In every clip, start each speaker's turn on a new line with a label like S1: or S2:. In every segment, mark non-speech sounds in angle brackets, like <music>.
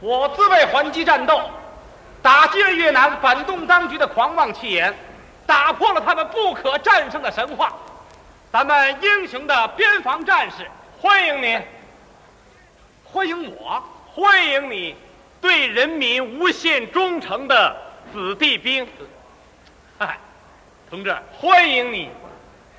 S1: 我自卫还击战斗，打击了越南反动当局的狂妄气焰，打破了他们不可战胜的神话。咱们英雄的边防战士，
S2: 欢迎你，
S1: 欢迎我！
S2: 欢迎你，对人民无限忠诚的子弟兵，
S1: 嗨，哎同志，
S2: 欢迎你，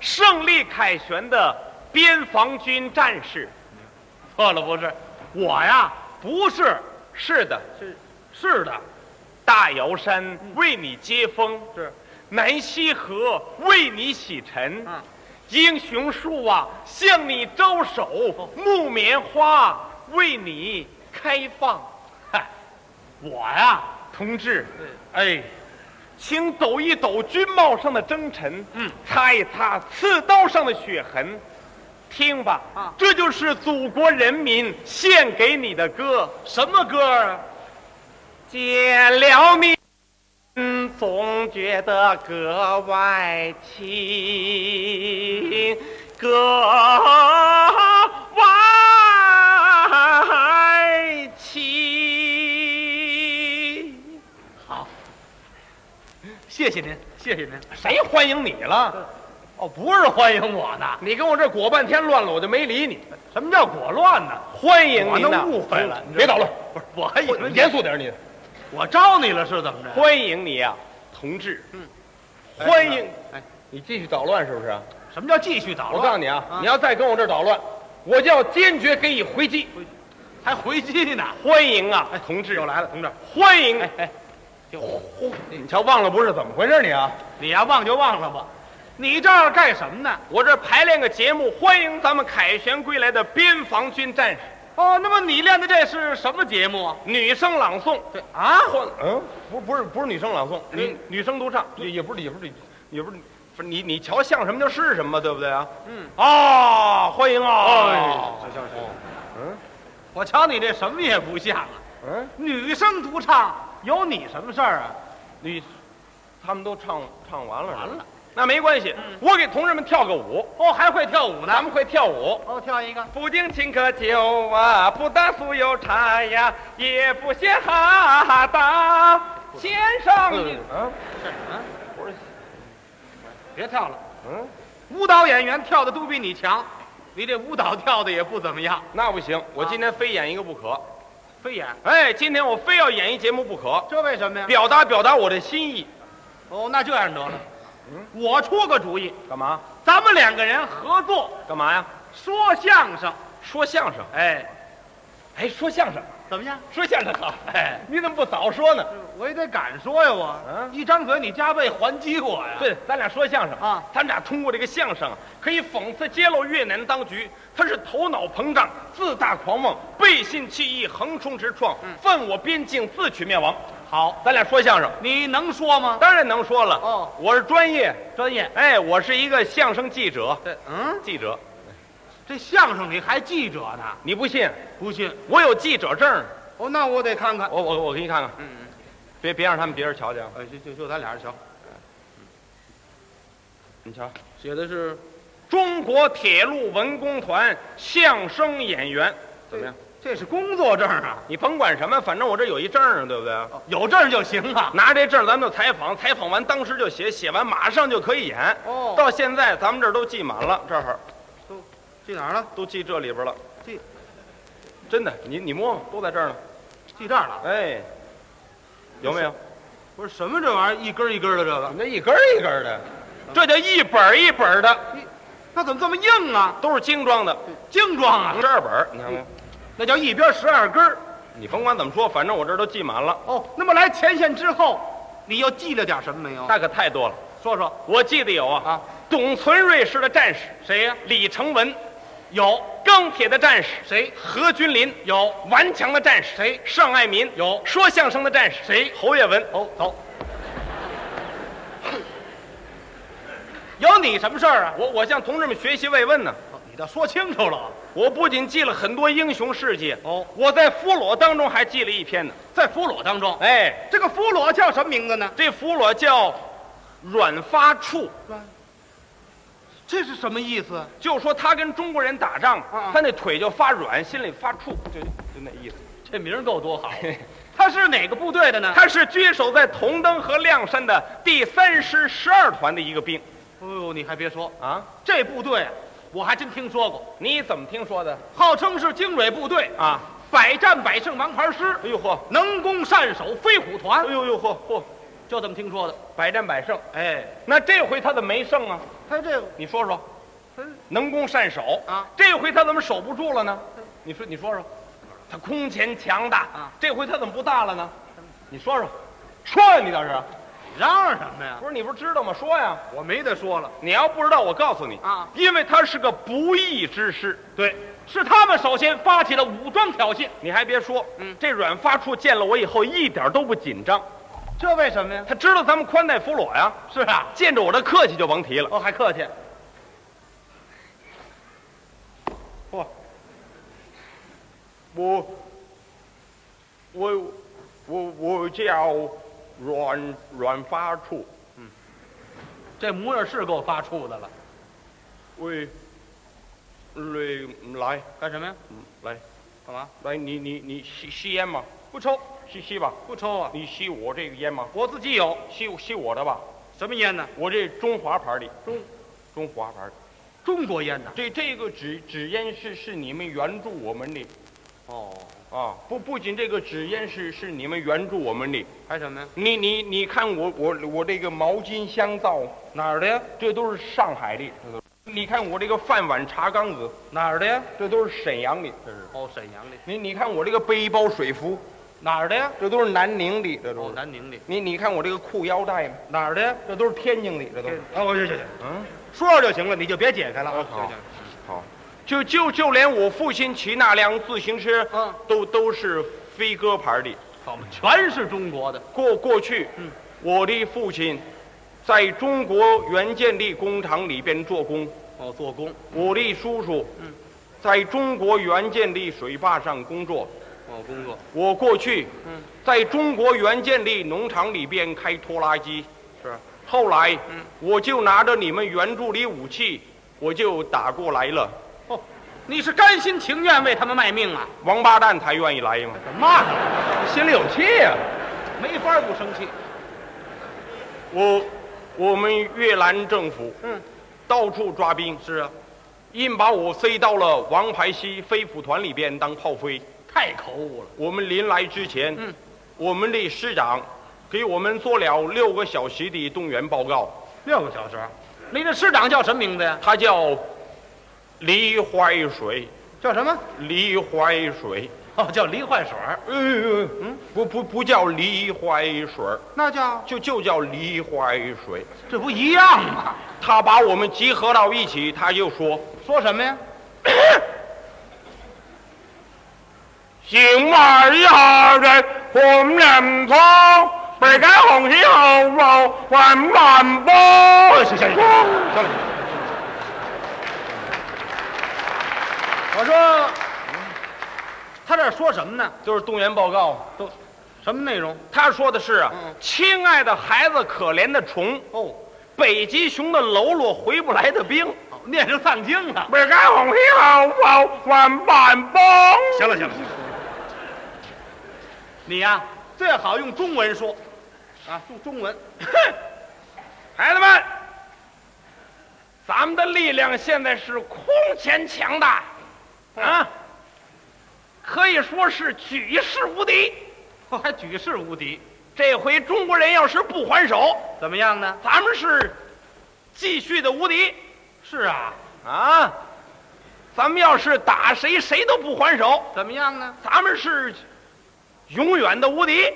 S2: 胜利凯旋的边防军战士。
S1: 错了不是？
S2: 我呀，不是，是的，
S1: 是是的，
S2: 大瑶山为你接风，
S1: 嗯是
S2: 南溪河为你洗尘。
S1: 嗯
S2: 英雄树啊，向你招
S1: 哦
S2: 手；木棉花为你开放。
S1: 嗯
S2: 嗨，我呀，同志，哎，请抖一抖军帽上的征尘，
S1: 嗯，
S2: 擦一擦刺刀上的血痕。听吧，
S1: 啊
S2: 这就是祖国人民献给你的歌。
S1: 什么歌啊？
S2: 见了你，嗯，总觉得格外亲，格外亲。
S1: 好，谢谢您，谢谢您。
S2: 谁欢迎你了？
S1: 哦，不是欢迎我呢，
S2: 你跟我这裹半天乱了，我就没理你。
S1: 什么叫裹乱呢？嗯
S2: 欢迎
S1: 我
S2: 您
S1: 都
S2: 呢，
S1: 误会了，你知
S3: 别
S1: 道
S3: 捣
S1: 吗
S3: 乱，
S1: 不是，我还以为你
S3: 严肃点儿你。
S1: 我招你了是怎么着？
S2: 欢迎你
S1: 啊
S2: 呀、同志。
S1: 嗯
S2: 欢迎。
S3: 你继续捣乱是不啊是？
S1: 什么叫继续捣
S3: 我告诉
S1: 乱？
S3: 你啊
S1: 啊，
S3: 你要再跟我这儿捣乱，我就要坚决给你回击。
S1: 还回击呢？哎
S2: 欢迎啊，同志！又来了，同志！欢迎！
S3: 你瞧忘了不是怎么回事你啊？
S1: 你呀、忘就忘了吧。你这儿干什么呢？
S2: 我这排练个节目，欢迎咱们凯旋归来的边防军战士，
S1: 哦，那么你练的这是什么节目啊？
S2: 女声朗诵，
S1: 对啊，
S2: 欢
S3: 嗯，不不是不是女生朗诵，
S2: 女
S3: 你
S2: 女声独唱。
S3: 也也不是也不是也不是不是你你瞧像什么就是什么，对不对啊？
S1: 嗯
S2: 哦，欢迎哦！
S1: 哦，
S3: 嗯
S1: 我瞧你这什么也不像啊。
S3: 嗯，
S1: 女生独唱有你什么事儿啊？
S3: 你他们都唱唱完了，
S1: 完了。嗯
S2: 那没关系，我给同志们跳个舞，
S1: 哦，还会跳舞
S2: 咱
S1: 呢。
S2: 们会跳舞。
S1: 哦，跳一个。
S2: 不敬请客酒啊，不打酥油茶呀，也不嫌哈达。先上一
S3: 嗯啊
S1: 是啊，
S3: 不是
S1: 别跳了。
S3: 嗯，
S1: 舞蹈演员跳的都比你强，你这舞蹈跳的也不怎么样。
S3: 那不行，我
S1: 啊
S3: 今天非演一个不可。
S1: 非演，
S2: 哎，今天我非要演一节目不可，
S1: 这为什么呀？
S2: 表达表达我的心意。
S1: 哦，那这样得了，
S3: 嗯
S1: 我出个主意，
S3: 干嘛
S1: 咱们两个人合作
S3: 干嘛呀？
S1: 说相声。
S2: 说相声，
S1: 哎，
S2: 哎，说相声，
S1: 怎么样？
S2: 说相声好。
S1: 哎，
S2: 你怎么不早说呢？
S1: 我也得敢说呀，我、
S3: 嗯
S1: 一张嘴你加倍还击我呀。
S2: 对，咱俩说相声
S1: 啊，
S2: 咱俩通过这个相声啊可以讽刺揭露越南当局，他是头脑膨胀、自大狂妄、背信弃义、横冲直撞
S1: 嗯，
S2: 犯我边境，自取灭亡。
S1: 好，
S2: 咱俩说相声，
S1: 你能说吗？
S2: 当然能说了。
S1: 哦，
S2: 我是专业，
S1: 专业。
S2: 哎，我是一个相声记者，
S1: 对，嗯，
S2: 记者，
S1: 这相声里还记者呢？
S2: 你不信？
S1: 不信？
S2: 我有记者证，
S1: 哦，那我得看看。
S2: 我我我给你看看，
S1: 嗯，
S2: 别别让他们别人瞧见啊，嗯
S1: 哎，就就就咱俩人瞧，
S2: 你瞧。
S1: 写的是
S2: 中国铁路文工团相声演员，怎么样？？
S1: 这是工作证啊，
S2: 你甭管什么，反正我这有一证儿，对不对？
S1: 哦有证就行啊。
S2: 拿这证儿咱们就采访，采访完当时就写，写完马上就可以演。
S1: 哦
S2: 到现在咱们这儿都记满了，这儿
S1: 记哪儿了？
S2: 都记这里边了。
S1: 记，
S2: 真的，你你摸摸，都在这儿呢。
S1: 记这儿了。
S2: 哎，有没有？
S1: 不是什么这玩意儿，一根儿一根儿的这个，
S3: 你这一根儿一根儿的，
S2: 这叫一本儿一本儿的，
S1: 那怎么这么硬啊？
S2: 都是精装的，
S1: 精装啊，
S2: 这二本儿，你看没有？
S1: 那叫一边十二根儿。
S2: 你甭管怎么说，反正我这儿都记满了，
S1: 哦，那么来前线之后，你又记了点什么没有？
S2: 那可太多了。
S1: 说说
S2: 我记得有啊，
S1: 啊
S2: 董存瑞式的战士，
S1: 谁呀、
S2: 李成文，
S1: 有
S2: 钢铁的战士，
S1: 谁？
S2: 何君林，
S1: 有
S2: 顽强的战士，
S1: 谁
S2: 尚爱民，
S1: 有
S2: 说相声的战士，
S1: 谁
S2: 侯月文，
S1: 走
S2: <laughs>
S1: 走。有你什么事儿啊？
S2: 我我向同志们学习慰问呢。
S1: 你倒说清楚了。
S2: 我不仅记了很多英雄事迹，
S1: 哦，
S2: 我在俘虏当中还记了一篇呢。
S1: 在俘虏当中，
S2: 哎，
S1: 这个俘虏叫什么名字呢？
S2: 这俘虏叫阮发处，
S1: 这是什么意思？
S2: 就说他跟中国人打仗
S1: 啊，
S2: 他那腿就发软，心里发怵，就就那意思。
S1: 这名儿够多好！他是哪个部队的呢？
S2: 他是坚守在同登和亮山的第三师十二团的一个兵
S1: 哎呦，你还别说，
S2: 啊！
S1: 这部队啊我还真听说过，
S2: 你怎么听说的
S1: 号称是精锐部队，
S2: 啊？
S1: 百战百胜王牌师，
S2: 哎呦嚯！
S1: 能攻善守飞虎团
S2: 哎，呦呦嚯嚯！
S1: 就这么听说的。
S2: 百战百胜。
S1: 哎，
S2: 那这回他怎么没胜啊？
S1: 他这个
S2: 你说说
S1: 嗯，
S2: 能攻善守
S1: 啊，嗯
S2: 这回他怎么守不住了呢？你说你说说，他空前强大
S1: 啊，
S2: 这回他怎么不大了呢？你说说，说呀，你倒
S1: 啊
S2: 是，
S1: 嚷嚷什么呀？
S2: 不是你不是知道吗？说呀，
S1: 我没得说了
S2: 你要不知道，我告诉你，
S1: 啊！
S2: 因为他是个不义之师。
S1: 对，是他们首先发起了武装挑衅，
S2: 你还别说，
S1: 嗯
S2: 这阮发处见了我以后一点都不紧张，
S1: 这为什么呀？
S2: 他知道咱们宽待俘虏呀，
S1: 是啊，
S2: 见着我这客气就甭提了。
S1: 哦，还客气。
S3: 我我我我叫阮阮发处，
S1: 这模样是够发怵的了。
S3: 喂，来来
S1: 干什么呀？
S3: 来
S1: 干嘛？
S3: 来，你你你吸吸烟吗？不抽，吸吸吧。
S1: 不抽啊？
S3: 你吸我这个烟吗？
S1: 我自己有。
S3: 吸吸我的吧，
S1: 什么烟呢？
S3: 我这中华牌的
S1: 中
S3: 中华牌的。
S1: 中国烟呢？
S3: 这这个纸纸烟是是你们援助我们的
S1: 哦，
S3: 啊，不不仅这个纸烟是是你们援助我们的，
S1: 还什么呀？
S3: 你你你看我我我这个毛巾香皂，
S1: 哪儿的呀？
S3: 这都是上海的，这都是你看我这个饭碗茶缸子，
S1: 哪儿的呀？
S3: 这都是沈阳的，这是。
S1: 哦，沈阳的。
S3: 你你看我这个背包水壶，
S1: 哪儿的呀？
S3: 这都是南宁的，这都
S1: 哦，
S3: 是。
S1: 南宁的。
S3: 你你看我这个裤腰带，
S1: 哪儿的呀？
S3: 这都是天津的，这都是。
S1: 哦，行行行，
S3: 嗯，
S1: 说说就行了，你就别解开了啊。
S3: 好
S1: 行行
S3: 就就就连我父亲骑那辆自行车，
S1: 嗯，
S3: 都都是飞鸽牌的。
S1: 好嘛，全是中国的。
S3: 过过去，
S1: 嗯
S3: 我的父亲在中国援建的工厂里边做工，
S1: 哦，做工。
S3: 我的叔叔，
S1: 嗯
S3: 在中国援建的水坝上工作。
S1: 哦，工作。
S3: 我过去，
S1: 嗯
S3: 在中国援建的农场里边开拖拉机。
S1: 是。
S3: 后来，
S1: 嗯
S3: 我就拿着你们援助的武器，我就打过来了。
S1: 你是甘心情愿为他们卖命啊？
S3: 王八蛋才愿意来
S1: <laughs>
S3: 嘛，
S1: 怎么骂他了？
S3: 心里有气呀、
S1: 没法不生气。
S3: 我，我们越南政府，
S1: 嗯，
S3: 到处抓兵。是啊，硬把我塞到了王牌西飞虎团里边当炮灰。
S1: 太口误了。
S3: 我们临来之前，
S1: 嗯，
S3: 我们的师长给我们做了六个小时的动员报告，
S1: 六个小时。你这师长叫什么名字呀？
S3: 他叫黎淮水，
S1: 叫什么？
S3: 黎淮水。
S1: 哦，叫黎坏水儿。
S3: 嗯嗯，不不不叫黎淮水，
S1: 那叫
S3: 就就叫黎淮水。
S1: 这不一样吗？
S3: 他把我们集合到一起，他就说
S1: 说什么呀？：“
S3: 醒马一号人，我们两头北开红旗后方万万波。”行行行。
S1: 我说，嗯他这儿说什么呢？
S2: 就是动员报告，
S1: 什么内容？
S2: 他说的是啊
S1: 嗯，
S2: 亲爱的孩子，可怜的虫，
S1: 哦，
S2: 北极熊的喽啰，回不来的兵。
S1: 念成丧经了。
S3: 北开红旗后方万万波。
S1: 行了行了，你呀、最好用中文说，啊，用中文。
S2: 孩子们，咱们的力量现在是空前强大，啊，可以说是举世无敌。
S1: 我还举世无敌，
S2: 这回中国人要是不还手，
S1: 怎么样呢？
S2: 咱们是继续的无敌
S1: 是啊，
S2: 啊！咱们要是打谁谁都不还手，
S1: 怎么样呢？
S2: 咱们是永远的无敌。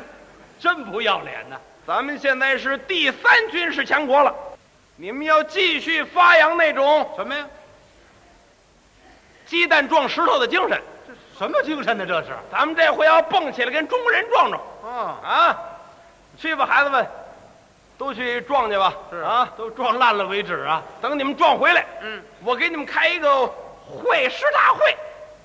S1: <laughs> 真不要脸呐、
S2: 咱们现在是第三军事强国了，你们要继续发扬那种
S1: 什么呀？
S2: 鸡蛋撞石头的精神。
S1: 什么精神呢？这是
S2: 咱们这回要蹦起来跟中国人撞撞
S1: 啊，
S2: 啊！去吧，孩子们，都去撞去吧。
S1: 是
S2: 啊，
S1: 都撞烂了为止啊。
S2: 等你们撞回来，
S1: 嗯，
S2: 我给你们开一个会师大会。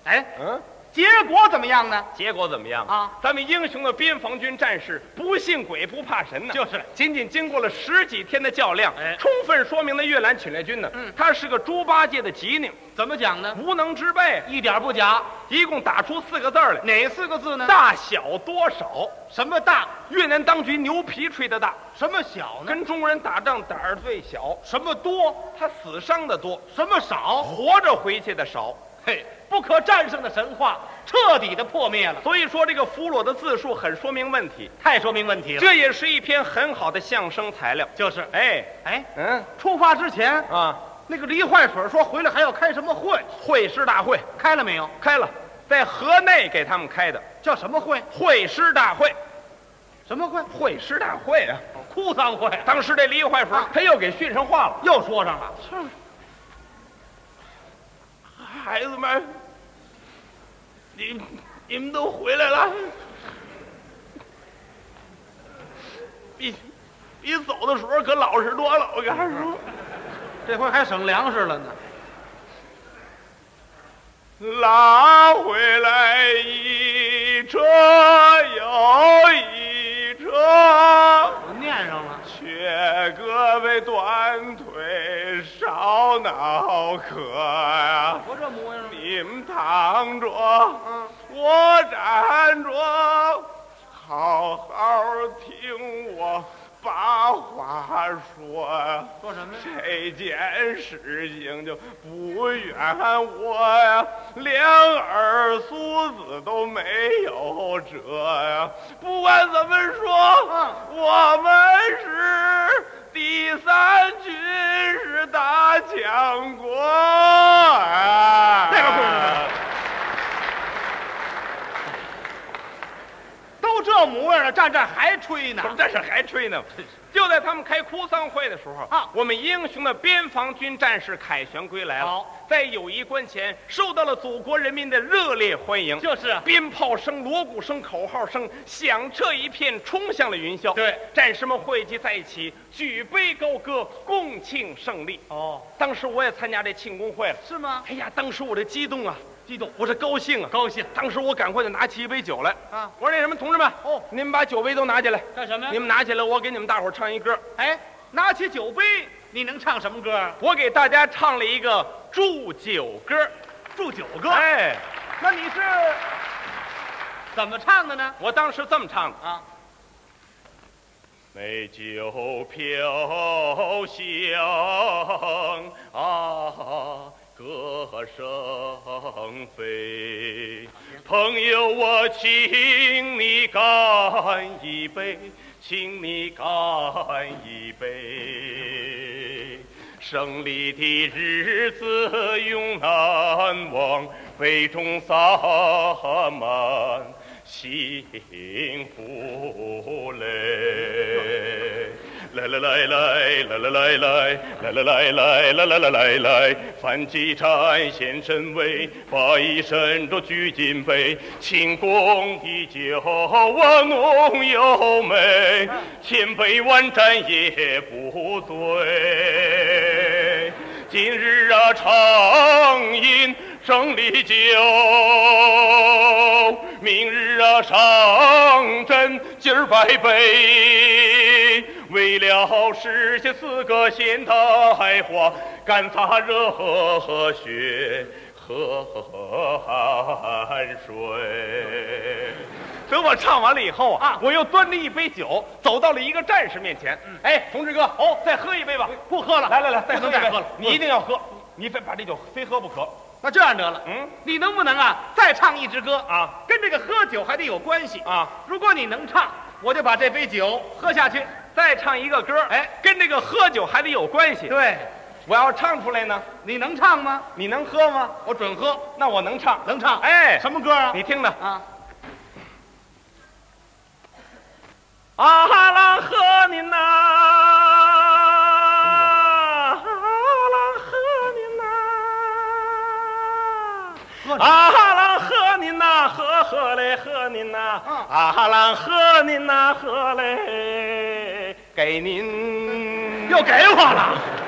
S1: 哎，
S3: 嗯，
S1: 结果怎么样呢？
S2: 结果怎么样
S1: 啊
S2: 咱们英雄的边防军战士不信鬼不怕神呢，
S1: 就是
S2: 仅仅经过了十几天的较量，
S1: 哎嗯
S2: 充分说明了越南侵略军呢，他是个猪八戒的吉宁，
S1: 怎么讲呢？
S2: 无能之辈啊，
S1: 一点不假。
S2: 一共打出四个字儿来，
S1: 哪四个字呢？
S2: 大小多少？
S1: 什么大，
S2: 越南当局牛皮吹得大，
S1: 什么小呢？
S2: 跟中国人打仗胆儿最小，
S1: 什么多，
S2: 他死伤的多，
S1: 什么少？
S2: 活着回去的少。
S1: 嘿，不可战胜的神话彻底的破灭了，
S2: 所以说这个俘虏的字数很说明问题，
S1: 太说明问题了。
S2: 这也是一篇很好的相声材料。
S1: 就是，
S2: 哎，
S1: 哎，
S2: 嗯
S1: 出发之前，
S2: 啊，
S1: 那个黎坏水说回来还要开什么会，
S2: 会师大会
S1: 开了没有？
S2: 开了，在河内给他们开的
S1: 叫什么会？
S2: 会师大会，
S1: 什么会？
S2: 会师大会啊！
S1: 哭丧会。
S2: 当时这李怀福
S1: 啊
S2: 他又给训上话了。
S1: 又说上了，
S2: 孩子们，你你们都回来了，比比走的时候可老实多了。我跟他说，
S1: 这回还省粮食了呢。
S2: 拉回来一车又一车，
S1: 我念上了，
S2: 缺胳膊断腿少脑壳呀、
S1: 我这模样
S2: 你们躺着，我站着，好好听我把话说。
S1: 说什么呀？
S2: 这件事情就不怨我呀，连儿苏子都没有辙呀。不管怎么说，我们是第三军，是打强国呀。
S1: 那个不是都这模样了，站这儿还吹呢
S2: 不是，但是还吹呢。就在他们开哭丧会的时候
S1: 啊
S2: 我们英雄的边防军战士凯旋归来了
S1: 好，
S2: 在友谊关前受到了祖国人民的热烈欢迎。
S1: 就是啊
S2: 鞭炮声、锣鼓声、口号声响彻一片，冲向了云霄。
S1: 对，
S2: 战士们汇集在一起，举杯高歌，共庆胜利。
S1: 哦，
S2: 当时我也参加这庆功会了，
S1: 是吗？
S2: 哎呀，当时我这激动啊，
S1: 激动，
S2: 我这高兴啊，
S1: 高兴
S2: 当时我赶快就拿起一杯酒来，
S1: 啊！
S2: 我说那什么，同志们，
S1: 哦
S2: 你们把酒杯都拿起来。
S1: 干什么
S2: <laughs> 你
S1: 呀？
S2: 们拿起来，我给你们大伙儿唱一歌。
S1: 哎，拿起酒杯，你能唱什么歌啊？
S2: 我给大家唱了一个祝酒歌。
S1: 祝酒歌。
S2: 哎，
S1: 那你是怎么唱的呢？
S2: 我当时这么唱的：
S1: 啊，
S2: 美酒飘香啊，歌声飞。朋友，我请你干一杯，请你干一杯。胜利的日子永难忘，杯中洒满幸福泪。来来来来来来来来来来来来来来来来，反击战显神威，把一身着举金杯，庆功的酒啊浓又美，千杯万盏也不醉。今日啊，畅饮胜利酒，明日啊，上阵今儿百杯。为了实现四个现代化，干洒热血和汗水。等我唱完了以后啊，我又端着一杯酒走到了一个战士面前。哎，同志哥，哦，再喝一杯吧。
S1: 不嗯喝了。
S2: 来来来，再
S1: 不
S2: 喝一
S1: 能再
S2: 杯
S1: 喝 <laughs> 了。嗯
S2: 你一定要喝，你非把这酒非喝不可。
S1: 那这样得了，
S2: 嗯
S1: 你能不能啊再唱一支歌
S2: 啊？
S1: 跟这个喝酒还得有关系。
S2: 啊，
S1: 如果你能唱，我就把这杯酒喝下去。
S2: 再唱一个歌，哎，跟这个喝酒还得有关系。
S1: 对，
S2: 我要唱出来呢，
S1: 你能唱吗？
S2: 你能喝吗？
S1: 我准喝，
S2: 那我能唱。
S1: 能唱。
S2: 哎，
S1: 什么歌啊？
S2: 你听着。
S1: 啊，
S2: 阿拉和您呐，啊阿拉和您呐，阿拉和您呐，和和嘞和您呐，
S1: 啊
S2: 啊阿拉和您呐和嘞，给您
S1: 又给我了。